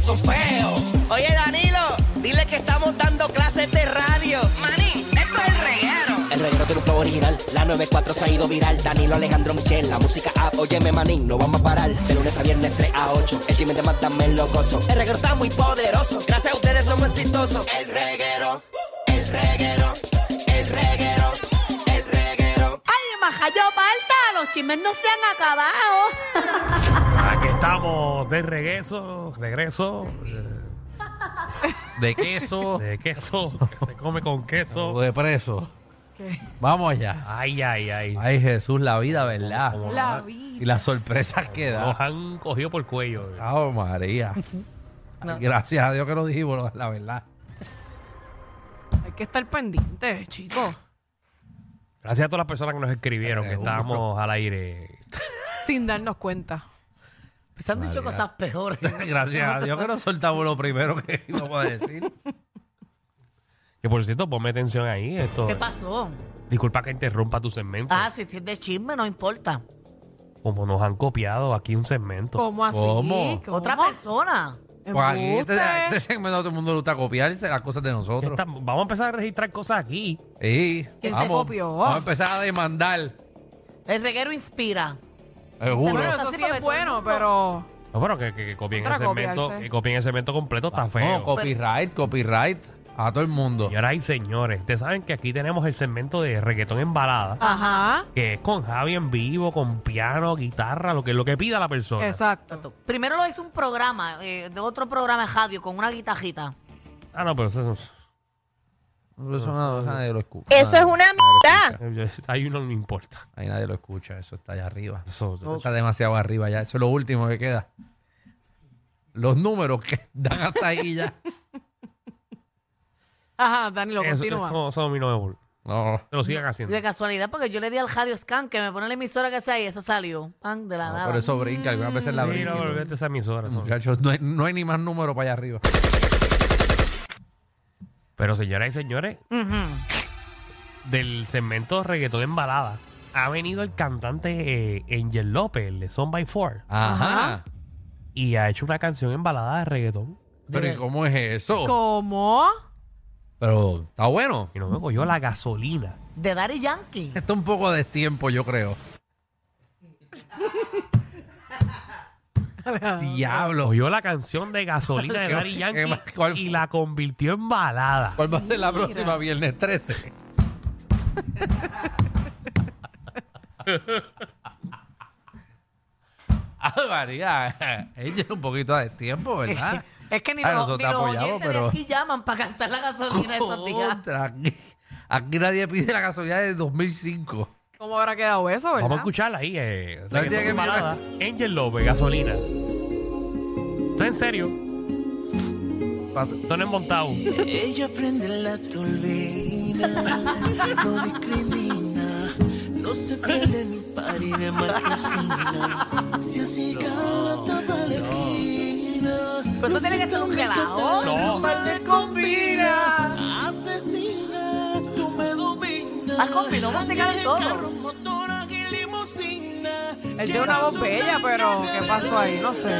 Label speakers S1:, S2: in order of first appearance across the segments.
S1: son feos. Oye Danilo, dile que estamos dando clases de radio. Manín, esto es el reguero. El reguero tiene un flow original, la 94 se ha ido viral, Danilo Alejandro Michel, la música app, óyeme Manín, no vamos a parar, de lunes a viernes 3 a 8, el chisme de Mátame lo gozo, el reguero está muy poderoso, gracias a ustedes somos exitosos. El reguero, el reguero, el reguero, el reguero.
S2: ¡Ay, majayo palta! Los chismes no se han acabado.
S3: Aquí estamos de regreso, regreso eh,
S4: de queso
S3: de queso, que se come con
S4: o
S3: queso.
S4: de preso. Vamos allá.
S3: Ay, ay, ay.
S4: Ay, Jesús, la vida, ¿verdad?
S5: La
S4: Y las sorpresas que
S3: Nos
S4: da.
S3: han cogido por cuello.
S4: ¡Ah, María. Ay, Gracias a Dios que nos dijimos la verdad.
S5: Hay que estar pendiente, chicos.
S3: Gracias a todas las personas que nos escribieron, que estábamos al aire.
S5: Sin darnos cuenta.
S6: Se han dicho cosas peores.
S4: Gracias a Dios que nos soltamos lo primero que íbamos a decir.
S3: Que por cierto, ponme atención ahí. Esto,
S6: ¿Qué pasó?
S3: Disculpa que interrumpa tu segmento.
S6: Ah, si es de chisme, no importa.
S3: Como nos han copiado aquí un segmento.
S5: ¿Cómo así?
S4: ¿Cómo?
S6: Otra persona.
S4: Pues aquí este, este
S5: Embuste.
S4: segmento todo el mundo lo está copiarse las cosas de
S3: Ya
S4: nosotros.
S3: está, vamos a empezar a registrar cosas aquí.
S4: Sí,
S5: ¿Quién se
S4: vamos,
S5: copió?
S4: Vamos a empezar a demandar. Eh, uh,
S6: El reguero inspira.
S4: Seguro.
S5: Bueno, eso
S6: Así
S5: sí es
S6: porque todo el
S5: bueno,
S6: mundo-
S5: pero
S3: No, pero que, que- que copien el
S5: Otra
S3: segmento,
S5: copiarse.
S3: que copien el segmento completo está
S4: Vamos,
S3: feo.
S4: copyright, copyright. A todo el mundo.
S3: Señoras y señores, ustedes saben que aquí tenemos el segmento de reggaetón en balada.
S5: Ajá.
S3: que es con Javi en vivo, con piano, guitarra, lo que, lo que pida la persona.
S5: Exacto.
S6: Primero lo hizo un programa, eh, de otro programa de radio, con una guitajita.
S3: Ah, no, pero eso, eso-
S4: Eso, no- eso nadie lo escucha.
S7: Eso es una mierda.
S3: eso- ahí uno no importa.
S4: Ahí nadie lo escucha, eso está allá arriba.
S3: Eso- eso-
S4: Está demasiado arriba ya, eso es lo último que queda. Los números que dan hasta ahí ya.
S5: Ajá, Danilo,
S3: eso-
S5: continúa.
S3: eso- eso a mí no me vol-
S4: No,
S3: Pero sigan haciendo.
S6: De casualidad, porque yo le di al Radio Scan que me pone la emisora que sea y esa salió. Pan de la
S4: no,
S6: nada.
S4: por eso brinca, algunas veces la
S3: Mira,
S4: brinca.
S3: volvete a esa emisora. eso-
S4: Muchachos, no hay, no hay ni más números para allá arriba.
S3: Pero señoras y señores,
S6: Ujú.
S3: del segmento reggaetón en balada, ha venido el cantante eh, Angel López, el de Son by Four,
S4: Ajá.
S3: y ha hecho una canción en balada de reggaetón.
S4: Pero ¿y cómo es eso?
S5: ¿Cómo?
S4: Pero está bueno.
S3: Y no me cogió la gasolina.
S6: De Daddy Yankee.
S4: Está un poco de tiempo, yo creo. Diablo.
S3: Cogió la canción de gasolina de
S4: ¿Qué-
S3: Daddy
S4: qué
S3: Yankee
S4: más- cuál-
S3: y la convirtió en balada.
S4: ¿Cuál va a ser la próxima? Viernes 13. Ah, María, eh, ella es un poquito de tiempo, ¿verdad?
S6: Es que ni
S4: Ah,
S6: los,
S4: nosotros
S6: ni los
S4: apoyamos,
S6: oyentes
S4: pero-
S6: de aquí llaman para cantar la gasolina de esos días.
S4: Contra, aquí, aquí nadie pide la gasolina de 2005.
S5: ¿Cómo habrá quedado eso, verdad?
S3: Vamos a escucharla ahí. Eh,
S4: No
S3: reggaetón
S4: tiene que
S3: en balada. Angel López, gasolina. Esto es en serio. Esto no es montado.
S8: Ella prende la turbina, no discrimina, no se pierde ni pari de marquesina. Si así gala tapa la esquina,
S6: Pero eso tiene que estar un gelado.
S3: No.
S8: asesina, tú me dominas.
S6: Ah, combinó música de todo.
S8: Carro, motor, y limusina.
S5: Él tiene una voz bella, pero ¿qué pasó ahí? No sé.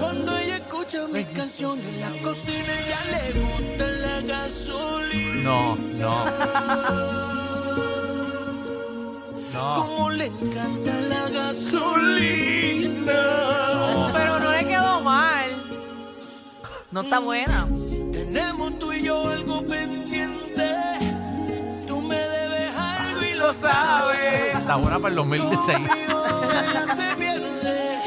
S8: Cuando ella escucha mis canciones, la cocina ya le gusta la gasolina.
S4: No, no. No.
S8: Como le encanta la gasolina.
S5: Pero no le quedó mal.
S6: No está buena.
S8: Tenemos tú y yo algo pendiente. Tú me debes algo y lo sabes.
S4: Está buena para el 2016.
S8: Conmigo ella se pierde.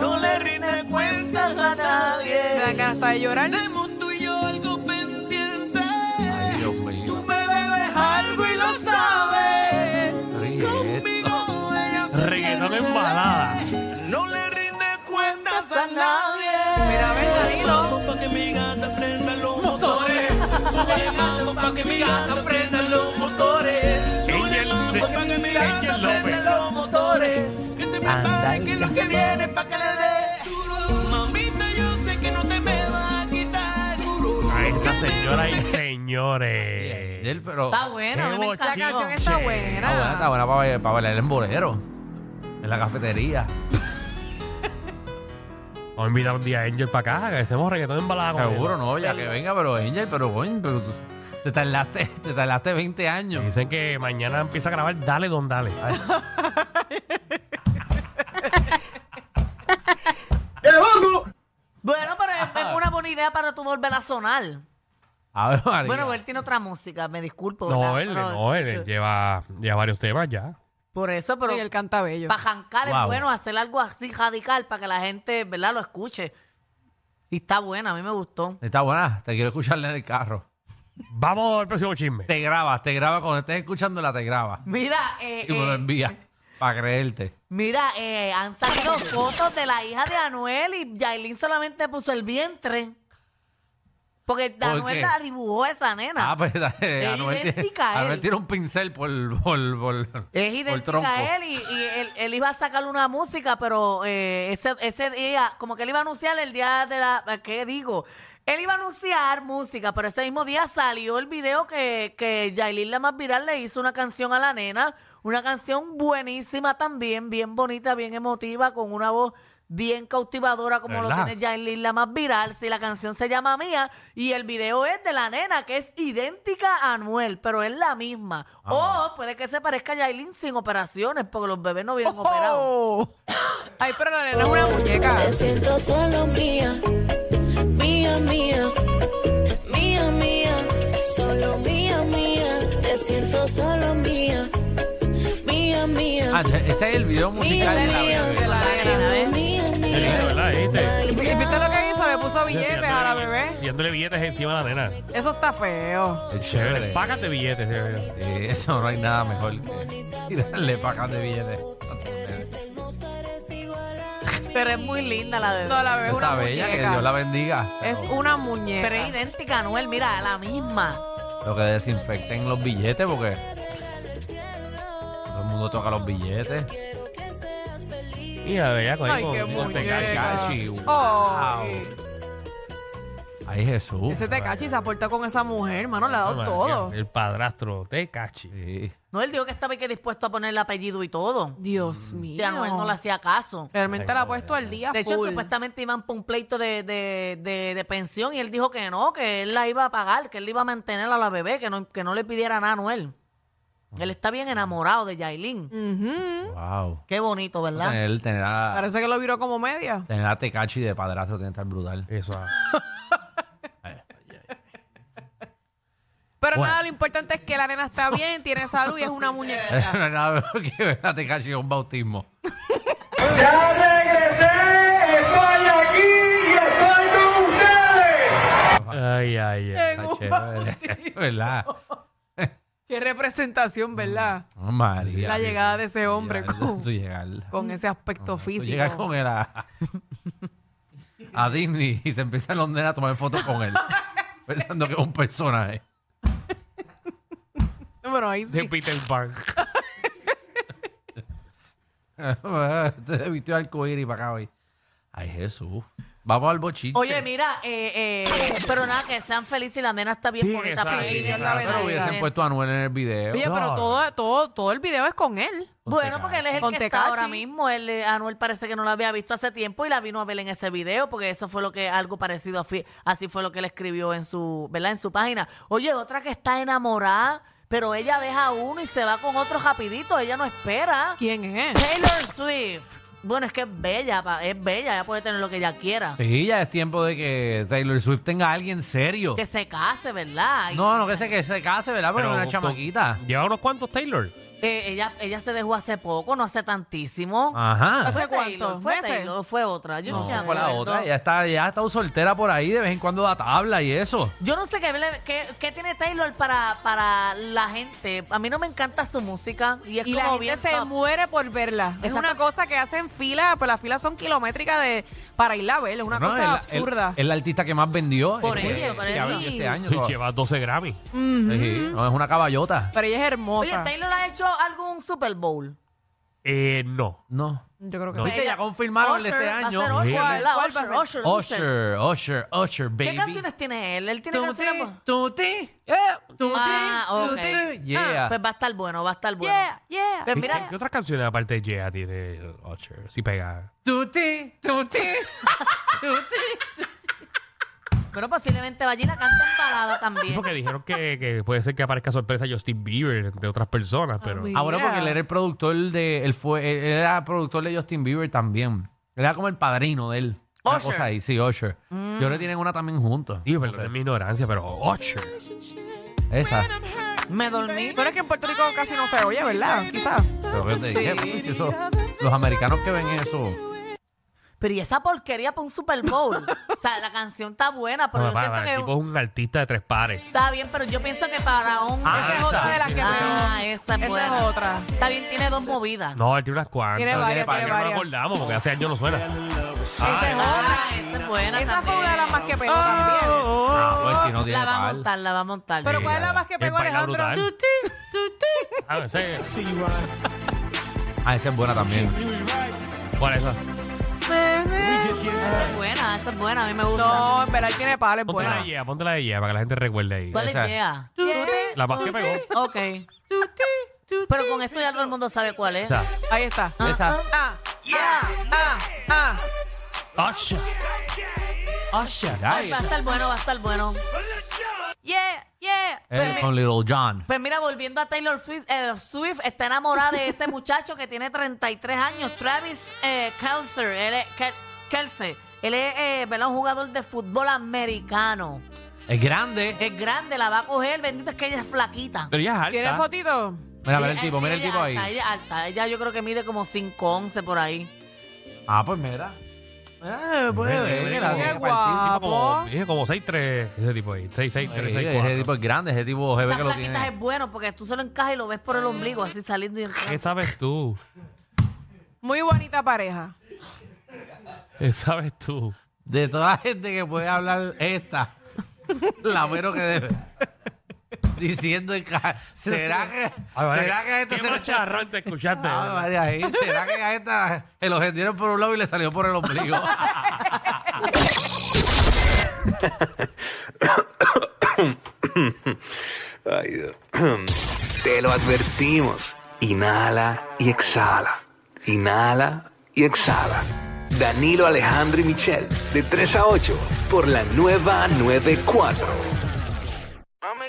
S8: No le rinde cuentas a nadie.
S5: Me dan ganas hasta de llorar.
S8: Tenemos tú y yo algo pendiente.
S4: Ay, Dios mío.
S8: Tú me debes algo y lo sabes.
S4: Ríe esto.
S8: Conmigo ella se
S3: Reggaetón
S8: pierde.
S3: en balada.
S8: No le rinde cuentas a nadie.
S5: Mira, a ver, Danilo.
S8: Vamos pa' que mi gata prenda pa' que mi gata prenda los motores.
S3: Angel-
S8: Pa' que mi gata
S3: Angel
S8: prenda
S3: López.
S8: los motores. Que se prepare que lo que viene es pa' que le dé. duro. Mamita, yo sé que no te me va a quitar. duro.
S3: A esta señora y señores.
S4: Él, pero.
S6: Está
S4: buena.
S6: buena, a mí me
S5: La
S6: encanta.
S5: canción está
S4: Está buena,
S5: buena.
S4: Ah, está buena para, bailar- para bailar en bolero. En la cafetería.
S3: Vamos a invitar un día a Angel para acá, que hacemos reggaetón en balada. con
S4: Seguro,
S3: él.
S4: no, ya que venga, pero Angel, pero coño, pero tú- te tardaste, te tardaste 20 años.
S3: Dicen que mañana empieza a grabar Dale Don Dale.
S6: Bueno, pero es, es una buena idea para tú volver a sonar.
S4: A ver, María.
S6: Bueno, él tiene otra música, me disculpo.
S3: No,
S6: ¿verdad?
S3: él,
S6: Pero-
S3: no, él lleva, lleva varios temas ya.
S6: Por eso, pero
S5: Y él canta bello.
S6: para jancar
S4: Wow.
S6: es bueno hacer algo así radical para que la gente, ¿verdad?, lo escuche. Y está buena, a mí me gustó.
S4: Está buena, te quiero escucharla en el carro.
S3: Vamos al próximo chisme.
S4: Te grabas, te grabas, cuando estés escuchándola, te grabas.
S6: Mira, eh,
S4: Y me lo
S6: eh,
S4: envías para creerte.
S6: mira, eh, han salido fotos de la hija de Anuel y Yailin solamente puso el vientre. Porque
S4: qué?
S6: Anuel la dibujó esa nena.
S4: Ah, pues dale,
S6: Es
S4: Anuel
S6: idéntica
S4: tiene,
S6: a él.
S4: Anuel tiene un pincel por, por, por,
S6: Es
S4: por
S6: idéntica
S4: tronco.
S6: a él y, y él, él iba a sacar una música, pero eh, ese, ese día, como que él iba a anunciar el día de la... ¿Qué digo? Él iba a anunciar música, pero ese mismo día salió el video que, que Yailin la más viral le hizo una canción a la nena, una canción buenísima también, bien bonita, bien emotiva, con una voz bien cautivadora como lo
S3: ¿Verdad?
S6: tiene Yailin la más viral. Si la canción se llama Mía y el video es de la nena que es idéntica a Anuel, pero es la misma. O puede que se parezca a Yailin sin operaciones porque los bebés no vienen operados.
S5: Oh. Ay, pero la nena es una muñeca.
S7: Me siento solo mía, mía, mía, mía, mía, solo mía, mía. Te siento solo mía, mía,
S4: Ah,
S7: mía,
S4: ese es el video musical de la
S6: Mía,
S4: bebé.
S6: de la nena, ¿eh?
S7: mía,
S3: Qué lindo,
S7: mía.
S3: ¿verdad? Este. ¿Viste?
S5: ¿Y ¿Viste lo que hizo? Le puso billetes a la bebé.
S3: Tirándole billetes encima a la nena.
S5: Eso está feo.
S4: Es
S3: Chévere.
S4: chévere.
S3: Págate billetes. chévere.
S4: Sí, eso no hay nada mejor que tirarle pacas de billetes.
S6: Pero es muy linda la bebé.
S5: No, la bebé es
S4: Está
S5: una
S4: bella, que Dios la
S5: muñeca.
S4: bendiga.
S5: Es
S4: Pero
S5: una
S6: Pero es
S5: muñeca.
S6: idéntica a Anuel, mira, la misma.
S4: Lo que desinfecten los billetes porque todo el mundo toca los billetes.
S3: Mira, bella, con
S5: Ay, qué
S3: con
S5: muñeca.
S4: Tecachi,
S5: Oh,
S4: Ay, Jesús.
S5: Ese Tecachi se ha portado con esa mujer, hermano, le ha dado
S3: María,
S5: todo.
S3: El padrastro te cachi.
S4: Sí.
S6: No, él dijo que estaba que dispuesto a ponerle apellido y todo.
S5: Dios
S6: Y
S5: mío.
S6: Anuel no le hacía caso.
S5: Realmente la ha puesto al día
S6: De hecho,
S5: full.
S6: supuestamente iban por un pleito de, de- de- de pensión y él dijo que no, que él la iba a pagar, que él iba a mantener a la bebé, que no, que no le pidiera nada a Anuel. Él está bien enamorado de Yailin.
S5: Mm. Ujú.
S4: Wow.
S6: Qué bonito, ¿verdad?
S4: Tener, tener a,
S5: Parece que lo viró como media.
S4: tener a Tecachi de padrastro tiene que estar brutal.
S3: Eso. ah.
S5: Pero
S4: Bueno.
S5: nada, lo importante es que la nena está bien, tiene salud y es una muñeca.
S4: no hay nada mejor que ver a Tecachi en un bautismo.
S8: Ya regresé, estoy aquí y estoy con ustedes.
S3: Ay, ay, ay.
S5: En
S4: Está
S5: un
S4: chévere. ¿Verdad?
S5: Qué representación, ¿verdad?
S4: Oh, María.
S5: La llegada de ese hombre
S4: Llegar-
S5: con,
S4: tú llegar.
S5: con ese aspecto
S4: Tú
S5: físico.
S4: llegas con él a, a Disney y se empieza en Londres a tomar fotos con él. pensando que es un personaje.
S5: Bueno, ahí
S3: De
S5: sí.
S3: Peter Pan.
S5: Ah,
S4: Te Este vistió de arcoíris para acá hoy. Ay, Jesús. Vamos al bochito.
S6: Oye, mira, eh, eh, pero nada, que sean felices y la nena está bien
S3: Sí,
S6: bonita.
S3: exacto,
S6: feliz,
S3: sí,
S6: Dios la
S3: claro,
S6: bendiga.
S4: Pero hubiesen puesto a Anuel en el video.
S5: Oye, pero
S3: No.
S5: todo, todo, todo el video es con él.
S6: Bueno, porque él es el
S5: Con
S6: que
S5: Tekashi.
S6: está ahora mismo. Él, eh, Anuel parece que no la había visto hace tiempo y la vino a ver en ese video, porque eso fue lo que, algo parecido a fi- así fue lo que él escribió en su, ¿verdad? En su página. Oye, otra que está enamorada, pero ella deja a uno y se va con otro rapidito, ella no espera.
S5: ¿Quién es?
S6: Taylor Swift. Bueno, es que es bella, pa- es bella, ella puede tener lo que ella quiera.
S4: Sí, ya es tiempo de que Taylor Swift tenga a alguien serio.
S6: Que se case, ¿verdad? Y-
S4: No, no, que se, que se case, ¿verdad? Pero,
S3: Pero
S4: una
S3: con-
S4: chamaquita.
S3: Lleva unos cuantos Taylor.
S6: Eh, ella, ella se dejó hace poco, no hace tantísimo.
S4: Ajá.
S5: ¿Hace
S6: ¿Fue Taylor?
S5: cuánto?
S6: ¿Fue
S5: ¿Meses?
S6: Taylor? ¿Fue otra?
S4: Ah.
S6: Yo
S4: No,
S6: no, me
S4: esa fue la
S6: acuerdo.
S4: otra. Ya está, ya ha estado soltera por ahí, de vez en cuando da tabla y eso.
S6: Yo no sé qué, qué, qué tiene Taylor para, para la gente. A mí no me encanta su música y es
S5: Y
S6: como
S5: la
S6: bien
S5: gente se
S6: pop.
S5: muere por verla. Es
S6: Exacto.
S5: una cosa que hacen fila, pues las filas son kilométricas de, para ir a verla. Es una
S4: No,
S5: cosa
S4: es la-
S5: absurda.
S4: Es, es la artista que más vendió.
S6: Por
S4: este,
S6: ello, por
S4: este
S6: ello.
S4: año, este año.
S3: Lleva 12 Grammy.
S4: Sí, no, es una caballota.
S5: Pero ella es hermosa.
S6: Oye, Taylor ha hecho algún Super Bowl.
S3: Eh, no.
S4: No.
S5: Yo creo que
S3: No.
S5: sí.
S4: Viste, ya confirmaron el de este
S6: Usher, va a
S4: año.
S6: ser
S4: Sí.
S6: Usher,
S5: ¿Cuál?
S6: ¿verdad?
S5: ¿Cuál va a
S6: Usher,
S5: ser?
S6: Usher, Usher.
S4: Usher, Usher, Usher, baby.
S6: ¿Qué canciones tiene él? Él tiene
S4: Tuti,
S6: canciones.
S4: tuti, eh, tuti,
S6: Ah, ok.
S4: tuti. Yeah.
S6: Pues va a estar bueno, va a estar bueno.
S5: Yeah, yeah.
S6: Pues
S3: ¿Qué-
S6: mira,
S3: ¿Qué otras canciones aparte de Yeah tiene Usher? Sí pega.
S4: Tuti, tuti, tuti.
S6: pero posiblemente va allí y la canta en balada
S3: Sí,
S6: también.
S3: porque dijeron que, que puede ser que aparezca sorpresa Justin Bieber de otras personas, pero... ah,
S5: Ah,
S6: Ah,
S5: mira.
S4: Ahora porque él era el productor de, él fue, él era productor de Justin Bieber también. Él era como el padrino de él. Una
S6: Usher. Mm.
S4: cosa ahí, sí, Usher. Yo creo que tienen una también juntos.
S3: Digo, perdón mi ignorancia, pero Usher.
S4: Esa.
S6: Me dormí.
S5: Pero es que en Puerto Rico casi no se oye, ¿verdad? Quizás.
S4: Pero yo te dije, pues, si eso- los americanos que ven eso.
S6: Pero y esa porquería para un Super Bowl. o sea, la canción está buena, pero
S3: No,
S6: yo
S3: para,
S6: siento
S3: para,
S6: que
S3: el tipo es un artista de tres pares.
S6: está bien, pero yo pienso que para un.
S4: Ah,
S5: Esa es otra de las que veo.
S6: Ah, esa es
S5: Esa
S6: buena.
S5: es otra.
S6: Está bien, tiene dos movidas.
S3: No, él tiene unas cuantas.
S5: Tiene varias,
S3: para
S5: tiene
S3: que no
S5: varias.
S3: acordamos, porque hace años no suena.
S5: Esa es otra.
S6: Ah, esa es buena.
S5: Esa fue
S6: también.
S5: una de las más que pegó también.
S4: Ah, pues si no tiene
S6: La va a
S4: pal.
S6: montar, la va a montar.
S5: Pero
S4: Sí,
S5: ¿cuál es la
S4: claro.
S5: más que
S3: Él
S5: pegó,
S3: baila
S5: Alejandro?
S3: brutal.
S5: Tu, ti, tu, ti.
S3: A ver, sí.
S4: Ah, esa es buena también.
S3: ¿Cuál es esa?
S6: Esa es buena, esa es buena, a mí me gusta.
S5: No, en verdad él tiene palo, es
S3: Ponte la
S5: buena.
S3: de Yeah, ponte la de Yeah, para que la gente recuerde ahí.
S6: ¿Cuál es
S4: Esa.
S6: Yea?
S3: La más que pegó.
S6: Ok. Pero con eso ya todo el mundo sabe cuál
S3: O
S6: es.
S3: sea,
S5: Ahí está.
S4: Esa.
S5: Ah, ah, ah.
S3: Usher.
S4: Usher.
S6: Ay, va a estar bueno, va a estar bueno.
S5: Yeah, yeah.
S4: Él con Little John.
S6: Pues mira, volviendo a Taylor Swift, eh, Swift, está enamorada de ese muchacho que tiene 33 años, Travis eh, Kelce. Él es, Kel- Kelce. Él es eh, ¿verdad? un jugador de fútbol americano.
S4: Es grande.
S6: Es grande, la va a coger, bendito es que ella es flaquita.
S3: Pero ella es
S5: ¿Tiene
S3: alta.
S5: fotito?
S4: Mira, mira el
S6: Eh,
S4: tipo,
S6: sí,
S4: mira el
S6: ella
S4: tipo
S6: es alta,
S4: ahí.
S6: Ella es alta, ella yo creo que mide como 5'11 por ahí.
S4: Ah, pues mira. Eh, pues, mira,
S5: qué
S4: tiene partido,
S5: guapo.
S3: Como, dije, como 6'3", ese tipo ahí. 6'6",
S4: tipo,
S3: 3'6",
S4: eh, Ese
S3: 4'.
S4: tipo es grande, ese tipo se ve
S6: Esas
S4: que lo tiene.
S6: flaquitas es bueno porque tú se lo encajas y lo ves por el ombligo así saliendo y entrando.
S3: ¿Qué sabes tú?
S5: Muy bonita pareja.
S3: ¿Qué sabes tú?
S4: De toda la gente que puede hablar esta, la menos que debe. Diciendo en ca- ¿será que, será que a esta
S3: ¿Qué
S4: se le-
S3: macharrón te escuchaste?
S4: Ah, María, ahí, ¿Será que a esta se lo vendieron por un lado y le salió por el ombligo?
S9: Ay, Dios. Te lo advertimos. Inhala y exhala. Inhala y exhala. Danilo Alejandro y Michel, de 3 a 8, por la nueva 94.